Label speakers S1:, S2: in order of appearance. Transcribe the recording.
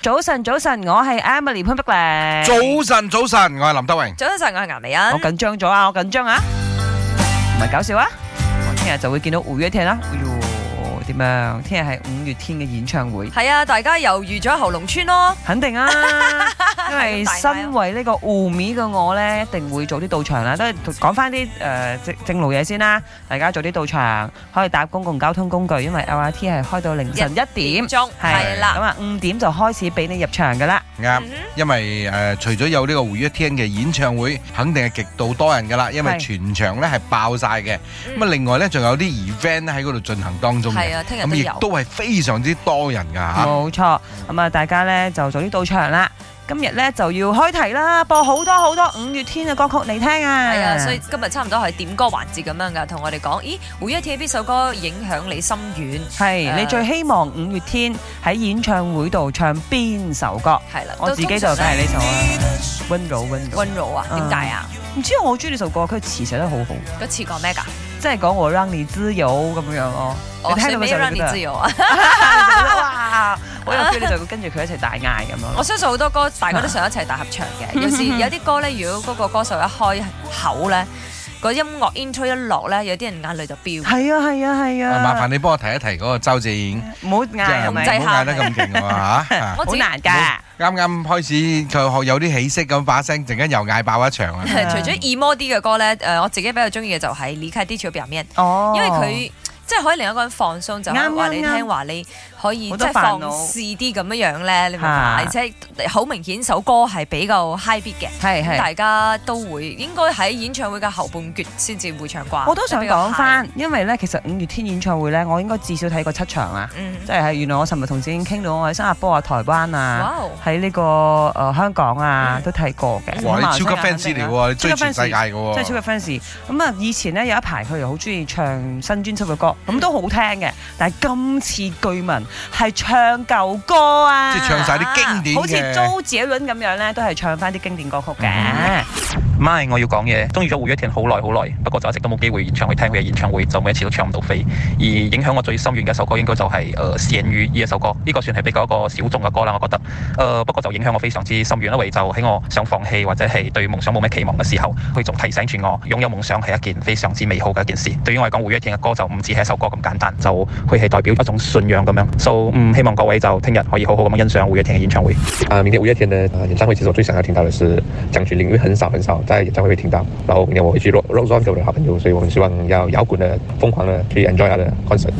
S1: 早晨，早晨，我係 Emily 潘碧玲。
S2: 早晨，早晨，我係林德榮。
S3: 早晨，我係顏美
S1: 我
S3: 欣。
S1: 緊張咗啊！我緊張啊！唔係搞笑啊！我聽日就會見到五月天啦。哎呦，點樣？聽日係五月天嘅演唱 會，
S3: 係啊，大家又預咗喉嚨村咯。
S1: 肯定啊！因為身為呢個護面嘅我呢，一定會早啲到場啦。都係講翻啲誒正正路嘢先啦。大家早啲到場，可以搭公共交通工具，因為 LRT 係開到凌晨一點，
S3: 鐘係
S1: 咁
S3: 啦。
S1: 啊五點就開始俾你入場噶啦。
S2: 啱
S3: 嗯，
S2: 因為誒、呃除咗有呢個五月天嘅演唱會，肯定係極度多人噶啦，因為
S1: 係
S2: 全場咧係爆晒嘅。咁啊，
S3: 嗯
S2: 另外咧仲有啲 event 喺嗰度進行當中
S3: 係
S2: 嘅，
S3: 啊，聽日
S2: 咁
S3: 都
S2: 亦
S3: 有。
S2: 都係非常之多人噶
S3: 啊
S2: 嚇。
S1: 冇錯，咁啊，大家呢就早啲到場啦。今日呢就要開題啦，播好多好多五月天嘅歌曲嚟聽啊！
S3: 係啊，所以今日差唔多係點歌環節咁樣噶，同我哋講，咦，五月天邊首歌影響你心軟？
S1: 係
S3: 誒
S1: 你最希望五月天喺演唱會度唱邊首歌？
S3: 係啦，
S1: 我自己就
S3: 都
S1: 梗
S3: 通常呢
S1: 係呢嗯首啊，温柔温柔。
S3: 温柔啊，點解啊？
S1: 唔知我好中意呢首歌，佢詞寫得好好，
S3: 嗰次講咩㗎？
S1: 即係講我讓你自由咁樣 咯。
S3: 我
S1: 你
S3: 最
S1: 聽到
S3: 尾
S1: 嗰首
S3: 讓
S1: 你
S3: 你
S1: 覺得
S3: 自由啊！
S1: 哇，好有 feel，你就會跟住佢一齊大嗌咁樣
S3: 我。相信好多歌大家都想一齊大合唱
S1: 嗯
S3: 嘅，有時有啲歌咧，如果嗰個歌手一開口咧，個音樂 intro 一落咧，有啲人眼淚就飆。
S1: 係啊係啊係啊！
S2: 麻煩你幫我提一提嗰個周志遠，
S1: 唔好
S2: 即
S1: 嗌
S2: 係
S1: 係啊
S2: 唔
S1: 咪
S3: 控？制
S2: 好嗌得咁勁喎嚇。啊
S1: 好
S3: 我自己
S1: 難㗎。
S2: 啱啱開始佢有啲起色咁把聲，陣間又嗌爆一場啊！
S1: 啊
S3: 除咗 emo 啲嘅歌咧，誒我自己比較中意嘅就係《離開地球表面
S1: 哦》，
S3: 因為佢即係可以令一個人放鬆，就可以
S1: 啱
S3: 話你
S1: 啱
S3: 聽話，你可以
S1: 好
S3: 即
S1: 多
S3: 係放
S1: 煩惱
S3: 肆啲咁樣樣咧，你明唔
S1: 啊
S3: 明啊？而且好明顯首歌係比較 high beat 嘅，
S1: 哦係
S3: 咁
S1: 係。
S3: 大家都會應該喺演唱會嘅後半段先至會唱
S2: 啊
S3: 啩。
S1: 我都想
S3: 即係比較
S1: 講
S3: high，
S1: 翻，因為咧其實五月天演唱會咧，我應該至少睇過七場啦。
S3: 嗯，
S1: 即係原來我尋日同事已經傾到，我喺新加坡啊、台灣啊，
S3: 哇哦！
S1: 喺呢個誒香港啊
S3: 嗯
S1: 都睇過嘅。
S2: 哇，你
S1: 咁啊
S2: 超級 fans 嚟，喎，你追全世界嘅
S1: 真係
S2: 喎。
S1: 真係超級 fans。咁啊，以前咧有一排佢又好中意唱新專輯嘅歌，咁都好聽嘅。但係今次據聞係唱舊歌啊，
S2: 即係唱晒啲經典嘅。
S1: 好似周杰倫咁樣咧，都係唱翻啲經典歌曲
S2: 嗯
S1: 嘅。
S4: 咪，我要講嘢。中意咗五月天好耐好耐，不過就一直都冇機會演唱會聽佢嘅演唱會，就每一次都搶唔到飛。而影響我最深遠嘅一首歌應該就係、誒《鱔魚》呢一首歌，呢、個算係比較一個小眾嘅歌啦，我覺得。誒、不過就影響我非常之深遠，因為就喺我想放棄或者係對夢想冇咩期望嘅時候，佢仲提醒住我擁有夢想係一件非常之美好嘅一件事。對於我嚟講，五月天嘅歌就唔止係一首歌咁簡單，就佢係代表一種信仰咁樣。So 嗯，希望各位就聽日可以好好咁樣欣賞五月天嘅演唱會。
S5: 啊，明年五月天的啊演唱会，其实我最想要听到的是张学林，因为很少很少在演唱会会听到。然后明年我会去 Rock Rock Zone 给我的好朋友，所以我们希望要摇滚的、疯狂的去 enjoy 他的 concert。